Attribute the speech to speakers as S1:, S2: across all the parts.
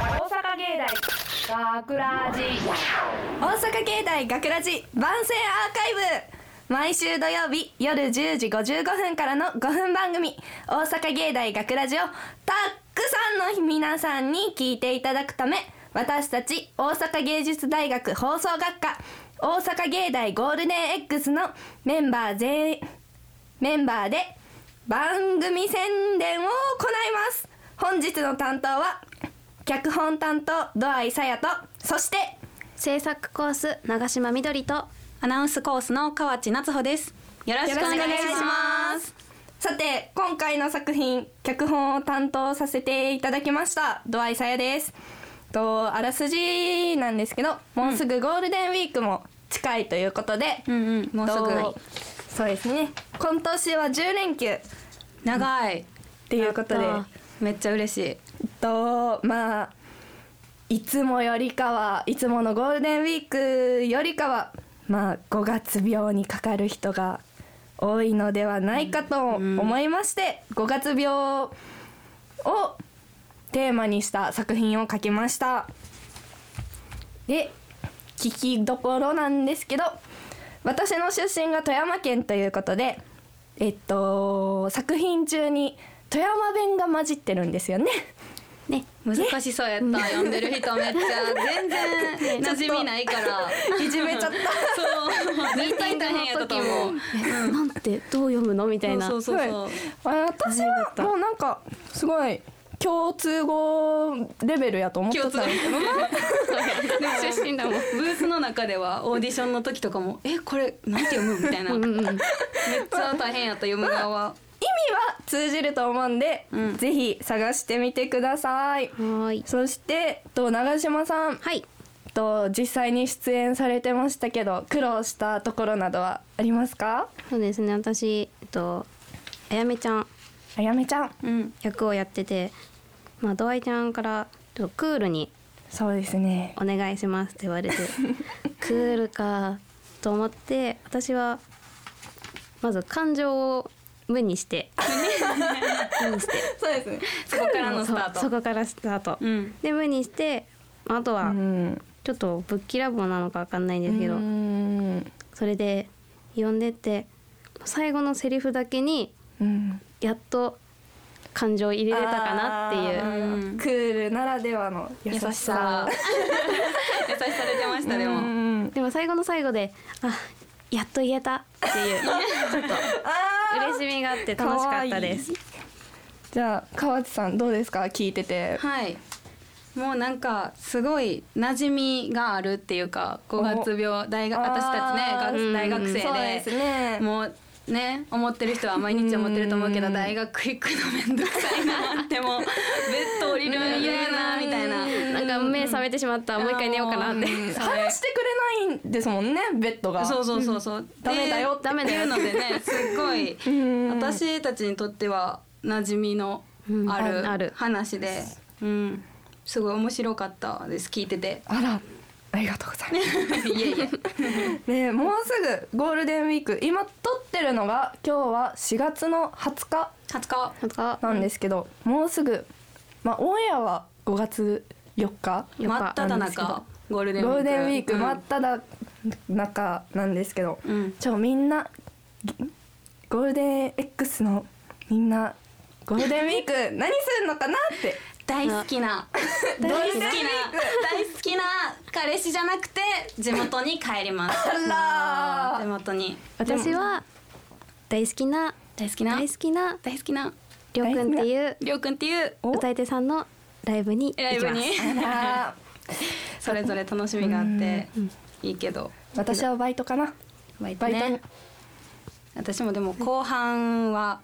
S1: 芸大学ラジ
S2: 大阪芸大学ラジ番宣アーカイブ毎週土曜日夜10時55分からの5分番組「大阪芸大学ラジをたっくさんの皆さんに聞いていただくため私たち大阪芸術大学放送学科大阪芸大ゴールデン X のメンバー全メンバーで番組宣伝を行います本日の担当は脚本担当ドアイさやとそして
S3: 制作コース長島みどりとアナウンスコースの河内夏穂ですよろしくお願いします
S2: すさて今回の作品脚本を担当させていただきましたドアイさやですとあらすじなんですけどもうすぐゴールデンウィークも近いということで、
S3: うんうんもうすぐ
S2: とそうですね今年は10連休っ
S3: 長い
S2: ていうことで
S3: めっちゃ嬉しい
S2: とまあいつもよりかはいつものゴールデンウィークよりかはまあ5月病にかかる人が多いのではないかと思いまして、5月病をテーマにした作品を書きましたで聞きどころなんですけど私の出身が富山県ということでえっと作品中に富山弁が混じってるんですよ ね。
S3: ね難しそうやった読んでる人めっちゃ全然馴染みないから
S2: いじめちゃった。
S3: そう絶対大変やったと思う
S4: なんてどう読むのみたいな
S3: そうそうそう
S2: あ私はもうなんかすごい共通語レベルやと思ってた
S3: 共通の出身だもんブースの中ではオーディションの時とかも「えこれなんて読む?」みたいなめっ
S4: うんうん
S3: ちゃ大変やった読む側は
S2: 意味は通じると思うんで、
S3: うん
S2: ぜひ探してみてください。
S4: はーい
S2: そしてと長島さん、
S4: はい
S2: と実際に出演されてましたけど苦労したところなどはありますか？
S4: そうですね私えっとあやめちゃん
S2: あやめちゃん。
S3: うん
S4: 役をやっててまあドアイちゃんからえっとクールに
S2: そうですね。
S4: お願いしますって言 われてクールかと思って私はまず感情を無にして無にして
S2: そうですね。
S3: そこからのスタート
S4: そうそこからスタート、
S3: うん
S4: で無にしてあと
S2: う
S4: は
S2: ん。
S4: ちょっとぶっきらぼうなのかわかんないんですけど、
S2: うん。
S4: それで呼んでって最後のセリフだけに
S2: うん。
S4: やっと感情入れれたかなって
S2: あ
S4: いう
S2: ー
S3: うん
S2: クールならではの優しさ。
S3: 優しさ出てましたで
S2: う
S3: も
S2: ん
S4: でも最後の最後であやっと言えたっていうちょっ
S2: あ
S4: と嬉しみがあって楽しかったです
S2: じゃあ川内さんどうですか聞いてて。
S3: はいもうなんかすごい馴染みがあるっていうか五月病大学
S2: あー
S3: 私たちね
S4: うん
S3: 学大学生で
S2: そうですね
S3: もうね思ってる人は毎日思ってると思うけど大学行くのめんどくさいなってもうベッド降りるの嫌やなみたいな。
S4: なんか目覚めてしまったもう一回寝ようかなって
S3: うんそれ
S2: 話してくれないんですもんねベッドが。
S3: そうそうそうそう。
S2: ダメだよ
S3: ダメだよっていうのでね、 すっごい
S2: ん
S3: 私たちにとっては馴染みの
S4: うん
S3: あ
S4: ああ
S3: る
S4: る
S3: 話で、うん、すごい面白かったです聞いて て。
S2: あらありがとうございます。
S3: いえいえ。
S2: ねもうすぐゴールデンウィーク今撮ってるのが今日は4月の20日
S3: 初顔。
S4: なんか
S2: なんですけど、もうすぐまあオンエアは5月4日
S4: やっぱ
S3: 真っ只
S4: あるんですけ
S3: 中ゴール
S2: ゴ
S3: デンウ
S2: ー
S3: ィーク。
S2: ルデンウィーク真っ只中なんですけど、
S3: うん
S2: ちょみんなゴールデン X のみんなゴールデンウィーク 何するのかなって。
S3: 大好きな 大好きな大好きな彼氏じゃなくて地元に帰ります。
S2: あ
S3: 地元に
S4: 私は大好きな
S3: 大好きな
S4: 大好きな
S3: 大好きな
S4: りょうくんっていう
S3: りょうくんっていう
S2: お
S4: 歌い手さんのライブに行
S3: ライ
S4: き
S3: ブ
S4: ます
S3: に。
S2: ら
S3: それぞれ楽しみがあっていいけど
S2: 私はバイトかな
S3: バイト
S2: バイトに、
S3: ね私もでも後半は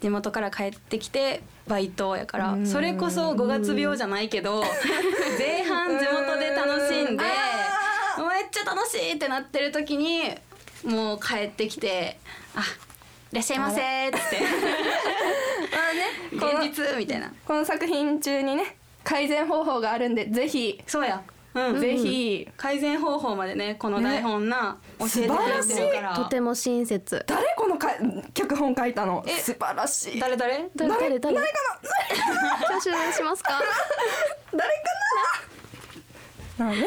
S3: 地元から帰ってきてバイトやからそれこそ5月病じゃないけど前半地元で楽しんでめっちゃ楽しいってなってる時にもう帰ってきてあいらっしゃいませーって
S2: この
S3: 現実みたいな
S2: この作品中にね改善方法があるんでぜひ、
S3: そうやうん
S2: ぜひ
S3: 改善方法までねこの台本な教えてくれてるから
S4: とても親切
S2: 誰このか脚本書いたの
S3: え
S2: 素晴らしい
S3: 誰誰
S4: 誰誰誰
S2: 誰か
S4: 挙手しますか
S2: な誰かなので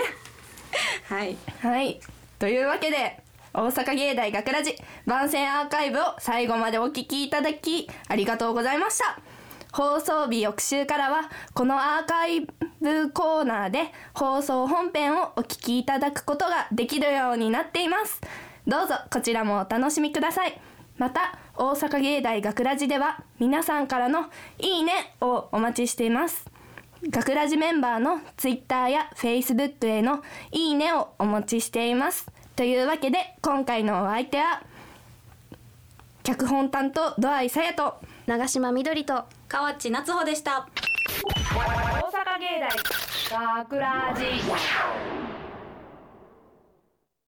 S3: はい
S2: はいというわけで大阪芸大学ラジ番宣アーカイブを最後までお聞きいただきありがとうございました放送日翌週からはこのアーカイブコーナーで放送本編をお聞きいただくことができるようになっていますどうぞこちらもお楽しみくださいまた大阪芸大学ラジでは皆さんからの「いいね」をお待ちしています学ラジメンバーのツイッターやフェイスブックへのいいねをお持ちしていますというわけで今回のお相手は脚本担当ドアイさやと
S4: 長島みどりと
S3: 河内夏穂でした
S1: 大阪芸大学ラジ